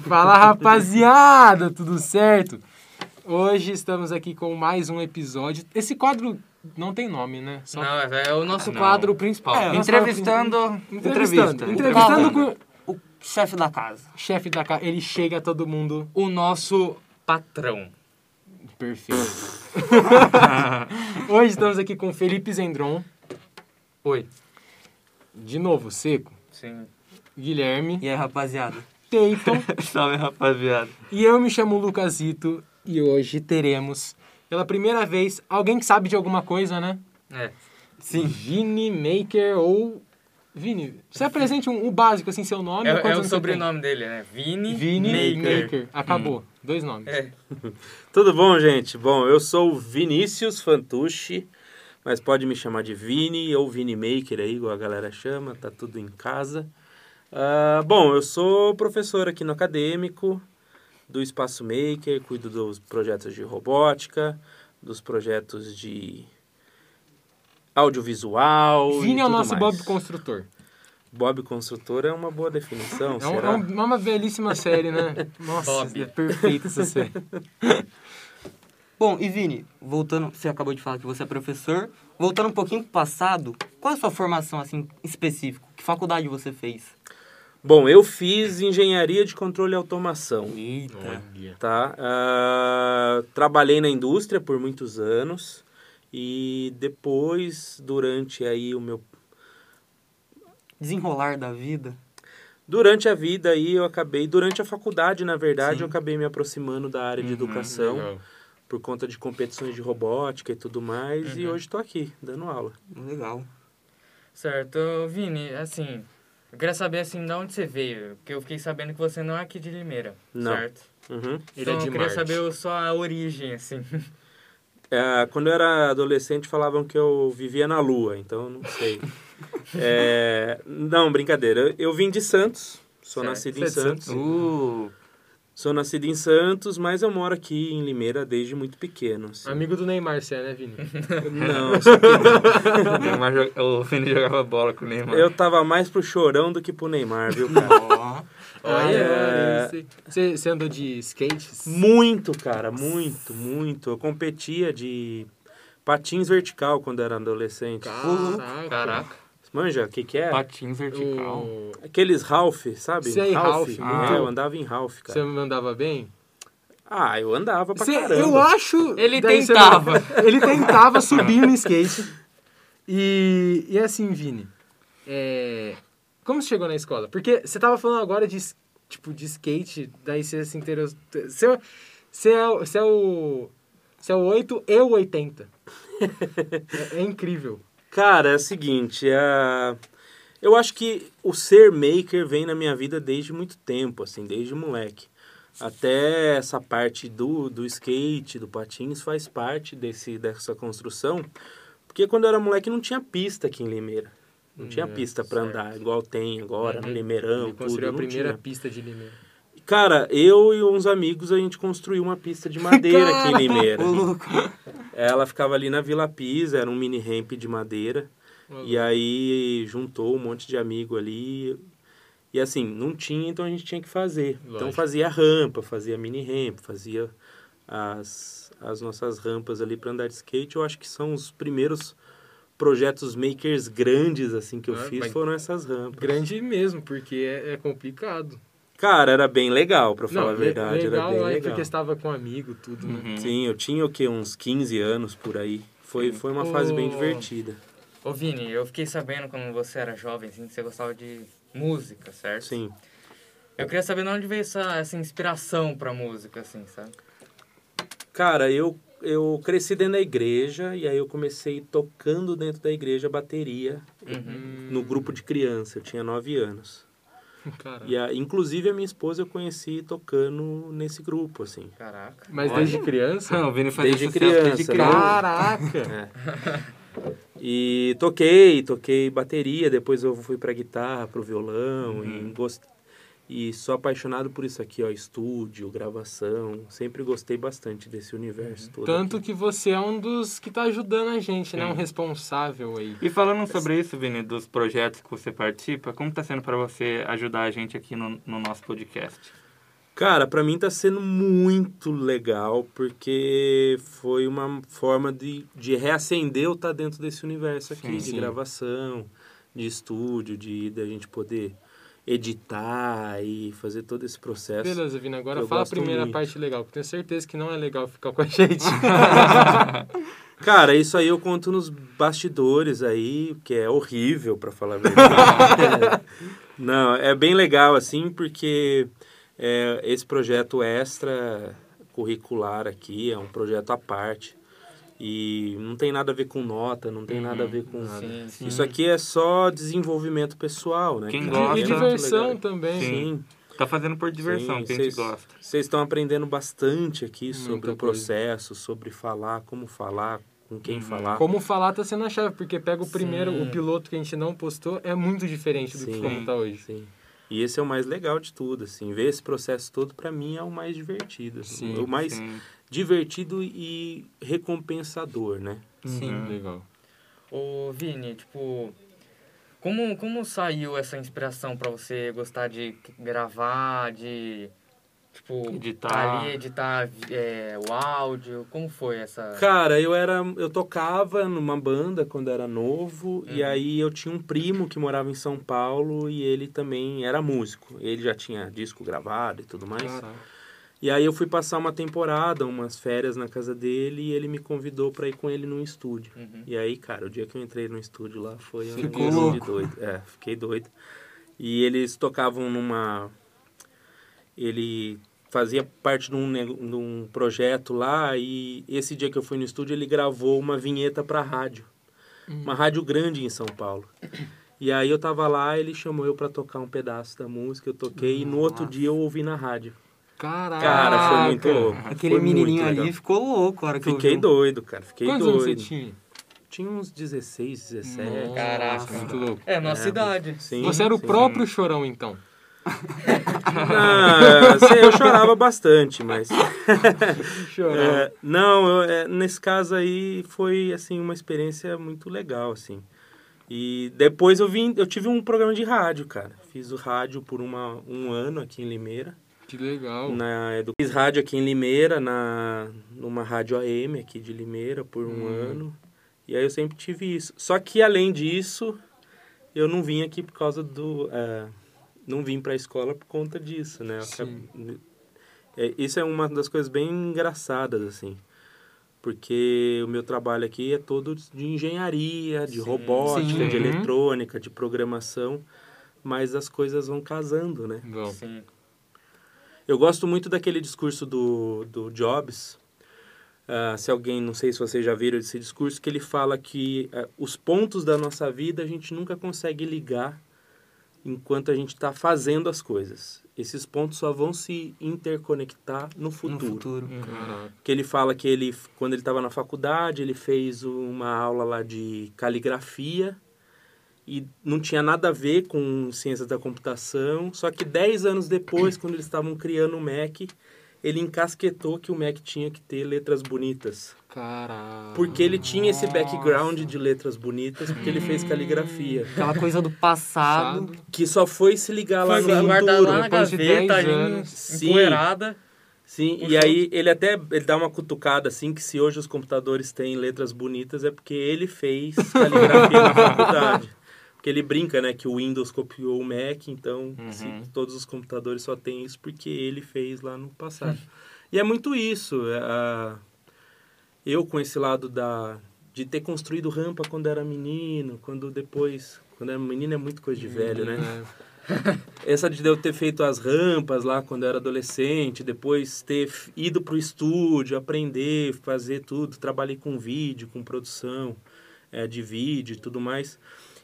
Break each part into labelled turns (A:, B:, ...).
A: Fala rapaziada, tudo certo? Hoje estamos aqui com mais um episódio. Esse quadro não tem nome, né? Só
B: Não, é é o nosso
C: Não.
B: quadro principal.
A: É, nós
C: Entrevistando.
A: entrevistando.
C: Entrevista.
A: Entrevistando com
C: O chefe da casa.
A: o chefe da casa. Ele chega a todo mundo.
B: O nosso patrão.
A: Perfeito. Hoje estamos aqui com Felipe Zendron,
B: Oi.
A: de novo, seco.
B: Sim.
A: Guilherme,
C: E aí, rapaziada?
A: Teiton.
C: Salve, rapaziada.
A: E eu me chamo Lucasito e hoje teremos, pela primeira vez, alguém que sabe de alguma coisa, né?
B: É.
A: Sim. Vini Maker ou. Vini, você apresente um, o básico, assim, seu nome.
B: É,
A: quantos
B: é o
A: anos você
B: sobrenome dele, né? Vini,
A: tem? Vini Maker.
B: Maker.
A: Acabou. Hum. Dois nomes.
B: É.
D: Tudo bom, gente? Bom, eu sou o Vinícius Fantucci, mas pode me chamar de Vini ou Vini Maker aí, igual a galera chama, tá tudo em casa. Ah, bom, eu sou professor aqui no Acadêmico, do Espaço Maker, cuido dos projetos de robótica, dos projetos de audiovisual.
A: Vini
D: e
A: é o
D: tudo
A: nosso
D: mais.
A: Bob Construtor.
D: Bob Consultor é uma boa definição,
A: É, um-
D: será?
A: é um- é uma belíssima série, né? Nossa,
B: Bob.
A: é perfeita essa série.
C: Bom, e Vini, voltando, você acabou de falar que você é professor. Voltando um pouquinho pro passado, qual é a sua formação, assim, específico? Que faculdade você fez?
D: Bom, eu fiz Engenharia de Controle e Automação.
C: Eita.
D: Tá. Ah, trabalhei na indústria por muitos anos e depois, durante aí o meu
C: Desenrolar da vida.
D: durante a vida aí eu acabei durante a faculdade, na verdade,
C: Sim.
D: eu acabei me aproximando da área de educação
A: Legal.
D: por conta de competições de robótica e tudo mais e hoje estou aqui dando aula.
C: Legal.
B: Certo. Ô, Vini, assim, eu queria saber, assim, de onde você veio. Porque eu fiquei sabendo que você não é aqui de Limeira.
D: Não.
B: Certo?
D: Uhum.
A: Ele
B: então
A: é de
B: eu queria
A: Marte.
B: saber a sua origem, assim.
D: É, quando eu era adolescente falavam que eu vivia na Lua, então eu não sei. É, não, brincadeira. Eu, eu vim de Santos, sou
B: Certo.
D: nascido
A: Você é
D: em
A: de
D: Santos.
C: Uh,
D: Sou nascido em Santos, mas eu moro aqui em Limeira desde muito pequeno. assim.
A: Amigo do Neymar, você é, Ah, né, Vini?
D: Não, assim, só que
E: Neymar jo- O Vini jogava bola com o Neymar.
D: eu tava mais pro chorão do que pro Neymar, viu, cara?
C: ó.
A: Olha, você- Ah, Você você andou de skate?
D: Muito, cara, muito, muito. Eu competia de patins vertical quando era adolescente.
A: Caraca.
E: Caraca,
D: Manja, o que que é?
E: patins vertical.
A: O-
D: Aqueles Ralph, sabe?
A: Sei, Ralph, muito.
D: Ah, eu andava em Ralph,
A: Você
D: cara.
A: me mandava bem?
D: Ah, eu andava pra
A: Você-
D: caramba.
A: eu acho.
B: Ele
A: daí você-
B: tentava.
A: ele tentava subir no skate. E, e assim, Vini. é, como você chegou na escola? Porque você tava falando agora de, s- tipo, de skate, daí você se inteirou. Você, é- você, é, o- você é o. Você é o 8 e o 80. é, é incrível.
D: Cara, é o seguinte, a... eu acho que o ser maker vem na minha vida desde muito tempo, assim, desde moleque. Até essa parte do, do skate, do patins, faz parte desse, dessa construção. Porque quando eu era moleque não tinha pista aqui em Limeira. Não tinha pista pra andar, igual tem agora, no Limeirão,
A: Uhum, Ele
D: tudo.
A: construiu a
D: não
A: primeira
D: tinha.
A: pista de Limeira.
D: Cara, eu e uns amigos, a gente construiu uma pista de madeira aqui em Limeira.
C: Ô, louco.
D: Ela ficava ali na Vila Pisa, era um mini ramp de madeira.
A: Uhum.
D: E aí juntou um monte de amigo ali. E assim, não tinha, então a gente tinha que fazer. Então
A: Lógico.
D: fazia rampa, fazia mini ramp, fazia as, as nossas rampas ali para andar de skate. Eu acho que são os primeiros projetos makers grandes assim que eu
A: Ah,
D: fiz
A: mas-
D: foram essas rampas.
A: Grande mesmo, porque é- é complicado.
D: Cara, era bem legal, para falar a
A: le-
D: verdade,
A: legal
D: era bem
A: é
D: legal.
A: porque estava com amigo, tudo, né?
D: Sim, eu tinha o que uns 15 anos por aí. Foi foi uma fase bem
A: Oh.
D: divertida.
B: Ô, Vini, eu fiquei sabendo quando você era jovem, assim, que você gostava de música, certo?
D: Sim.
B: Eu queria saber de onde veio essa, essa inspiração pra música, assim, sabe?
D: Cara, eu, eu cresci dentro da igreja e aí eu comecei tocando dentro da igreja bateria
A: Uhum.
D: no grupo de criança. Eu tinha nove anos.
A: Hum, Cara.
D: E a, inclusive a minha esposa eu conheci tocando nesse grupo, assim.
B: Caraca.
A: Mas desde criança?
E: Não, o Vini fazia
D: Desde
E: sucesso desde
D: criança,
B: né?
E: criança.
A: Caraca!
D: E toquei, toquei bateria, depois eu fui pra guitarra, pro violão e gost... E sou apaixonado por isso aqui, ó, estúdio, gravação. Sempre gostei bastante desse universo todo.
A: Tanto que você é um dos que tá ajudando a gente, né? Um responsável aí.
E: E falando sobre isso, Vini, dos projetos que você participa, como tá sendo pra você ajudar a gente aqui no, no nosso podcast?
D: Cara, pra mim tá sendo muito legal, porque foi uma forma de, de reacender eu estar dentro desse universo aqui,
E: Sim,
D: de
E: sim.
D: gravação, de estúdio, de da gente poder editar e fazer todo esse processo.
A: Beleza, Vini, agora
D: Eu
A: fala a
D: gosto
A: primeira
D: muito.
A: parte legal, que eu tenho certeza que não é legal ficar com a gente.
D: Cara, isso aí eu conto nos bastidores aí, que é horrível, pra falar a verdade. Não, é bem legal, assim, porque é, esse projeto extra curricular aqui é um projeto à parte. E não tem nada a ver com nota, não tem nada a ver com nada.
B: Sim, sim.
D: Isso aqui é só desenvolvimento pessoal, né?
E: Quem
D: Que
E: gosta.
A: e
D: é muito
A: diversão
D: legal.
A: também.
D: Sim.
E: Tá fazendo por diversão,
D: Sim,
E: que a gente
D: vocês-
E: gosta.
D: Vocês estão aprendendo bastante aqui sobre o
A: Muita coisa.
D: processo, sobre falar, como falar, com quem falar.
A: Como falar tá sendo a chave, porque pega o primeiro,
B: Sim.
A: o piloto que a gente não postou, é muito diferente do que
D: Sim.
A: como tá hoje.
D: Sim. E esse é o mais legal de tudo, assim. Ver esse processo todo, pra mim, é o mais divertido. assim.
A: Sim,
D: o mais
E: Sim.
D: divertido e recompensador, né?
A: Sim. Legal.
B: Ô, Vini, tipo, como, como saiu essa inspiração pra você gostar de gravar, de, tipo,
E: Editar.
B: tá ali, editar é, o áudio? Como foi essa...
D: Cara, eu era... Eu tocava numa banda quando era novo. E aí, eu tinha um primo que morava em São Paulo. E ele também era músico. Ele já tinha disco gravado e tudo
A: Ah,
D: mais.
A: Caraca.
D: E aí, eu fui passar uma temporada, umas férias na casa dele. E ele me convidou pra ir com ele num estúdio.
B: Uhum.
D: E aí, cara, o dia que eu entrei no estúdio lá foi um
C: Ficou
D: negócio de
C: louco.
D: doido. É, fiquei doido. E eles tocavam numa. Ele fazia parte de um, nego- de um projeto lá e esse dia que eu fui no estúdio ele gravou uma vinheta pra rádio.
C: Hum.
D: Uma rádio grande em São Paulo. E aí eu tava lá, ele chamou eu pra tocar um pedaço da música, eu toquei e no outro dia eu ouvi na rádio.
A: Caraca.
D: Cara, foi muito louco.
C: Aquele
D: Foi muito
C: menininho
D: legal.
C: ali ficou louco a hora que eu
D: Fiquei
C: vi.
D: doido, cara. Fiquei
A: Quantos anos
D: doido.
A: você tinha?
D: Tinha uns 16, 17.
B: Caraca.
A: Muito louco.
B: É, nossa idade.
D: Sim,
A: Você era o
D: sim.
A: próprio chorão, então.
D: Ah, sei, eu chorava bastante, mas.
A: Chorão.
D: é, não, eu, é, nesse caso aí foi assim uma experiência muito legal, assim. E depois eu vim, eu tive um programa de rádio, cara. Fiz o rádio por uma, um ano aqui em Limeira.
A: Que legal.
D: Na edu... Fiz rádio aqui em Limeira, na, numa rádio AM aqui de Limeira por um ano. E aí eu sempre tive isso. Só que além disso, eu não vim aqui por causa do. é, não vim pra escola por conta disso, né? Eu
A: Sim.
D: acab- é, isso é uma das coisas bem engraçadas, assim. Porque o meu trabalho aqui é todo de engenharia, de
B: Sim.
D: robótica,
E: Sim.
D: de eletrônica, de programação. Mas as coisas vão casando, né?
A: Bom.
B: Sim.
D: Eu gosto muito daquele discurso do, do Jobs. Ah, se alguém, não sei se vocês já viram esse discurso, que ele fala que ah, os pontos da nossa vida a gente nunca consegue ligar enquanto a gente está fazendo as coisas. Esses pontos só vão se interconectar no
C: No
D: futuro.
C: futuro.
A: Caraca.
D: Que ele fala que ele, quando ele estava na faculdade, ele fez uma aula lá de caligrafia e não tinha nada a ver com ciências da computação. Só que 10 anos depois, quando eles estavam criando o Mac, ele encasquetou que o Mac tinha que ter letras bonitas.
A: Caraca.
D: Porque ele
B: Ah,
D: tinha esse background de letras bonitas, porque ele fez caligrafia.
C: Aquela coisa do passado.
D: Que só foi se ligar lá
B: Foi
D: no
B: guardar
D: futuro.
B: lá na
A: depois de
B: gaveta,
A: 10
B: ali,
A: anos.
D: Sim.
B: empoeirada.
D: Sim,
B: Um
D: e
B: show.
D: aí ele até ele dá uma cutucada assim que se hoje os computadores têm letras bonitas é porque ele fez caligrafia na faculdade. Porque ele brinca, né, que o Windows copiou o Mac, então se todos os computadores só têm isso porque ele fez lá no passado. e é muito isso. é, a- eu com esse lado da de ter construído rampa quando era menino, quando depois quando era menino é muito coisa
A: Uhum.
D: de velho, né? Essa de eu ter feito as rampas lá quando eu era adolescente, depois ter f- ido pro estúdio, aprender, fazer tudo. Trabalhei com vídeo, com produção eh, de vídeo e tudo mais.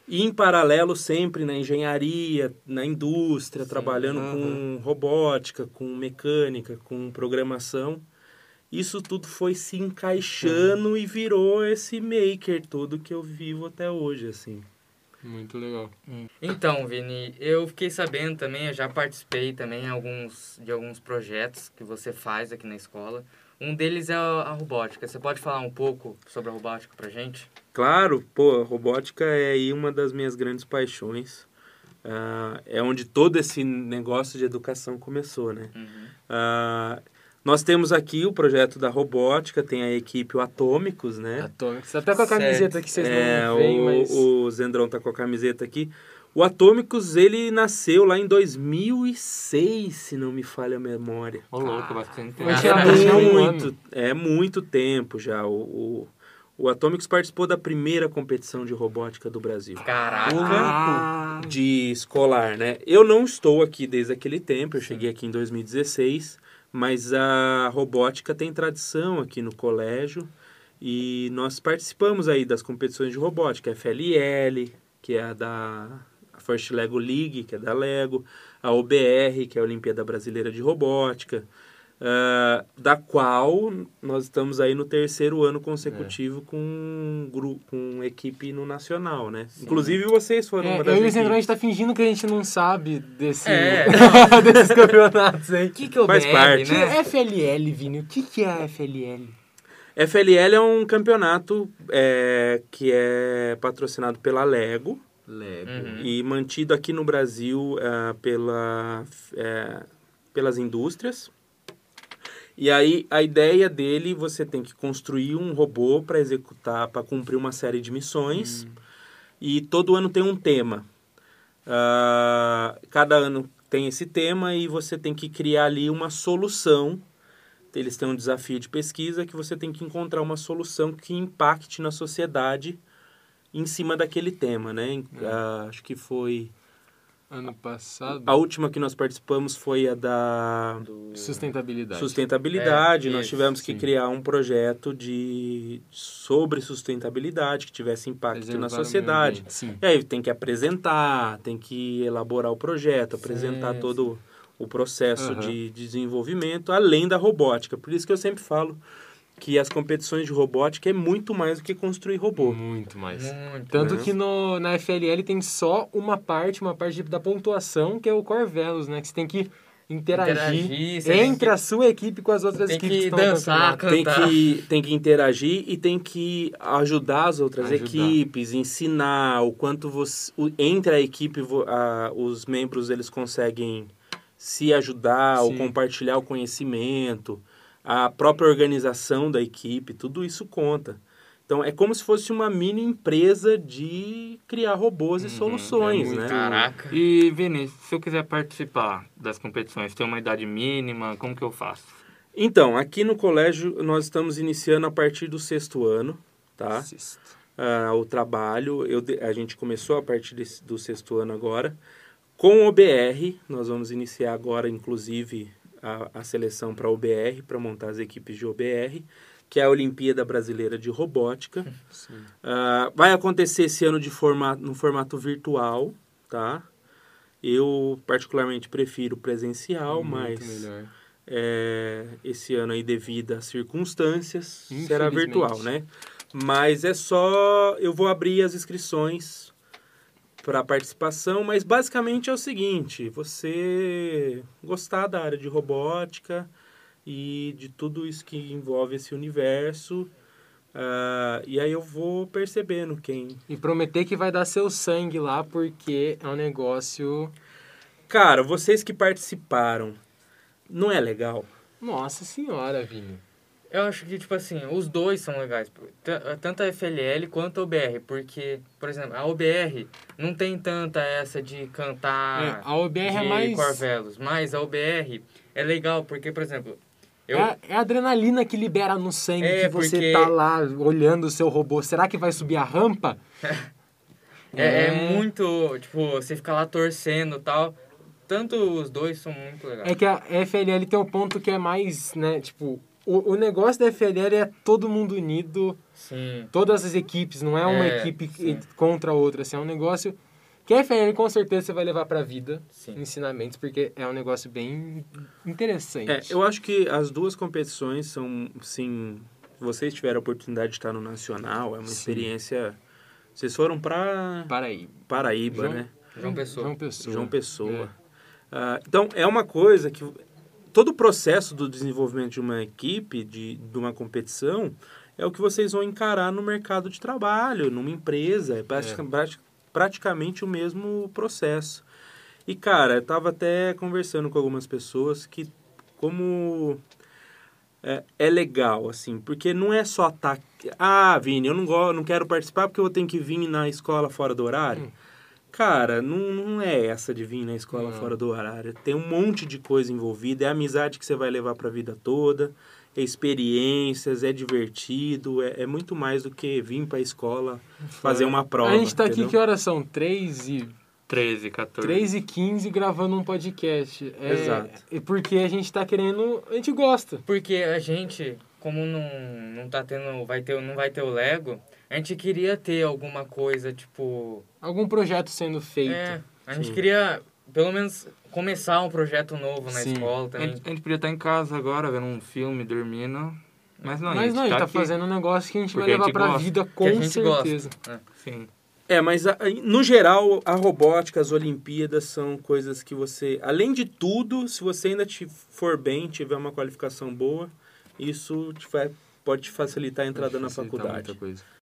D: E em paralelo sempre na engenharia, na indústria, trabalhando com robótica, com mecânica, com programação. Isso tudo foi se encaixando e virou esse maker todo que eu vivo até hoje, assim.
B: É,
A: Muito legal.
B: Então, Vini, eu fiquei sabendo também, eu já participei também em alguns, de alguns projetos que você faz aqui na escola. Um deles é a a robótica. Você pode falar um pouco sobre a robótica pra gente?
D: Claro, pô, a robótica é aí uma das minhas grandes paixões. Ah, é onde todo esse negócio de educação começou, né?
A: Uhum.
D: Ah, nós temos aqui o projeto da robótica, tem a equipe o Atômicos, né?
A: Atômicos. Até com a
B: Certo.
A: camiseta que vocês
D: É,
A: não veem,
D: o,
A: mas.
D: o Zendrão tá com a camiseta aqui. O Atômicos, ele nasceu lá em 2006, se não me falha a memória.
E: Ô, louco, bastante tempo.
A: Mas
B: tinha
D: É
B: mais de
A: um
D: muito,
A: ano.
D: é muito tempo já. O, o, o Atômicos participou da primeira competição de robótica do Brasil.
B: Caraca.
C: Ah,
D: De escolar, né? Eu não estou aqui desde aquele tempo, eu cheguei aqui em 2016, mas a robótica tem tradição aqui no colégio e nós participamos aí das competições de robótica, FLL, que é a da a First Lego League, que é da Lego, a OBR, que é a Olimpíada Brasileira de Robótica, ah, da qual nós estamos aí no terceiro ano consecutivo com, um gru- com equipe no Nacional, né? Inclusive vocês foram
A: É,
D: uma
A: eu
D: das
A: e o Zendron, a
D: equipes.
A: gente tá fingindo que a gente não sabe desse,
B: É.
A: desses campeonatos aí. é
B: O que que eu
D: Faz
B: bebe,
D: parte.
B: né?
A: FLL, Vini, o que, que é FLL?
D: FLL é um campeonato é, que é patrocinado pela Lego
A: Lego.
B: Uhum.
D: e mantido aqui no Brasil ah, pela, é, pelas indústrias. E aí a ideia dele você tem que construir um robô para executar, para cumprir uma série de missões. E todo ano tem um tema. Ah, cada ano tem esse tema e você tem que criar ali uma solução. Eles têm um desafio de pesquisa que você tem que encontrar uma solução que impacte na sociedade em cima daquele tema, né? Em-
A: Uhum.
D: ah, acho que foi
A: Ano passado,
D: a última que nós participamos foi a da
A: sustentabilidade.
D: sustentabilidade.
B: É,
D: nós
B: isso,
D: tivemos que
E: sim.
D: criar um projeto de sobre sustentabilidade que tivesse impacto
A: Preservar
D: na
A: o meio
D: sociedade.
A: ambiente. Sim.
D: E aí tem que apresentar, tem que elaborar o projeto, apresentar todo o processo
A: Aham.
D: de desenvolvimento, além da robótica. Por isso que eu sempre falo que as competições de robótica é muito mais do que construir robô.
A: Muito mais.
B: Muito.
A: Tanto
D: né?
A: que no, na FLL tem só uma parte, uma parte da pontuação, que é o Core Values, né? Que você tem que interagir,
B: você tem
A: entre
B: que-
A: a sua equipe com as outras
B: tem
A: equipes
B: que
A: estão no
B: dançar,
A: campeonato.
D: Tem
B: cantar.
D: que, tem que interagir e tem que ajudar as outras
A: Ajudar.
D: equipes, ensinar o quanto você, o- entre a equipe vo- a- os membros eles conseguem se ajudar ou
A: Sim.
D: compartilhar o conhecimento, a própria organização da equipe, tudo isso conta. Então é como se fosse uma mini empresa de criar robôs e soluções,
A: Uhum, é muito-
D: né?
B: Caraca.
E: E, Vini, se eu quiser participar das competições, tem uma idade mínima, como que eu faço?
D: Então, aqui no colégio nós estamos iniciando a partir do sexto ano, tá?
A: Assisto.
D: ah, o trabalho. Eu, de- a gente começou a partir desse- do sexto ano agora. Com o OBR, nós vamos iniciar agora, inclusive, a, a seleção para OBR, para montar as equipes de OBR, que é a Olimpíada Brasileira de Robótica.
A: Sim.
D: Ah, vai acontecer esse ano de formato, no formato virtual, tá? Eu, particularmente, prefiro presencial,
A: Muito
D: mas
A: melhor.
D: é, esse ano aí devido às circunstâncias será
A: Infelizmente.
D: virtual, né? Mas é só eu vou abrir as inscrições para participação, mas basicamente é o seguinte: você gostar da área de robótica e de tudo isso que envolve esse universo, ah, e aí eu vou percebendo quem
A: E prometer que vai dar seu sangue lá, porque é um negócio.
D: Cara, vocês que participaram, não é legal?
A: Nossa senhora, Vini.
B: Eu acho que, tipo assim, os dois são legais. T- eh, Tanto a FLL quanto a OBR. Porque, por exemplo, a OBR não tem tanta essa de
A: É,
B: cantar
A: a OBR é
B: de
A: mais.
B: Corvelos. Mas a OBR é legal porque, por exemplo, eu...
A: É, a- é a adrenalina que libera no sangue que
B: É,
A: você
B: porque-
A: tá lá olhando o seu robô. Será que vai subir a rampa?
B: Tá. É, é
A: É.
B: muito, tipo, você fica lá torcendo e tal. Tanto os dois são muito legais.
A: É que a FLL tem um ponto que é mais, né, tipo, o, o negócio da FLL é todo mundo unido,
B: Sim.
A: todas as equipes, não é uma
B: É,
A: equipe
B: sim.
A: e- contra a outra, assim, é um negócio que a FLL com certeza você vai levar pra vida,
B: Sim.
A: ensinamentos, porque é um negócio bem interessante.
D: É, eu acho que as duas competições são, sim, vocês tiveram a oportunidade de estar no nacional, é uma
A: Sim.
D: experiência. Vocês foram para
A: Paraíba.
D: Paraíba,
A: João-
D: né?
B: João Pessoa.
A: João Pessoa.
D: João Pessoa.
A: É.
D: Ah, então é uma coisa que todo o processo do desenvolvimento de uma equipe, de, de uma competição, é o que vocês vão encarar no mercado de trabalho, numa empresa, é, pratica- prati- praticamente o mesmo processo. E, cara, eu tava até conversando com algumas pessoas que como é, é legal, assim, porque não é só ataque. Ah, Vini, eu não, go... não quero participar porque eu tenho que vir na escola fora do horário. Cara, não, não é essa de vir na escola fora do horário. Tem um monte de coisa envolvida. É a amizade que você vai levar pra vida toda. É experiências, é divertido. É, é muito mais do que vir pra escola fazer uma prova.
A: a gente tá aqui,
D: entendeu?
A: que horas são? 3 e,
E: 13, 14.
A: 3 e 15 gravando um podcast. É,
D: Exato.
A: E porque a gente tá querendo... A gente gosta.
B: Porque a gente, como não, não tá tendo, vai ter, não vai ter o Lego, a gente queria ter alguma coisa, tipo...
A: Algum projeto sendo feito.
B: É, a gente
D: Sim.
B: queria, pelo menos, começar um projeto novo na
A: Sim.
B: escola
E: A
B: também.
E: gente, a gente podia estar em casa agora, vendo um filme, dormindo. Mas não,
A: Mas não, a gente tá,
E: aqui.
A: fazendo um negócio que a gente
E: Porque a
A: vai levar
E: gente
A: pra
E: gosta,
A: vida com
B: a gente
A: certeza.
E: Sim.
D: É, mas a- no geral, a robótica, as Olimpíadas são coisas que você, além de tudo, se você ainda te for bem, tiver uma qualificação boa, isso te vai, pode te facilitar a entrada na
E: Facilitar
D: faculdade.
E: muita coisa.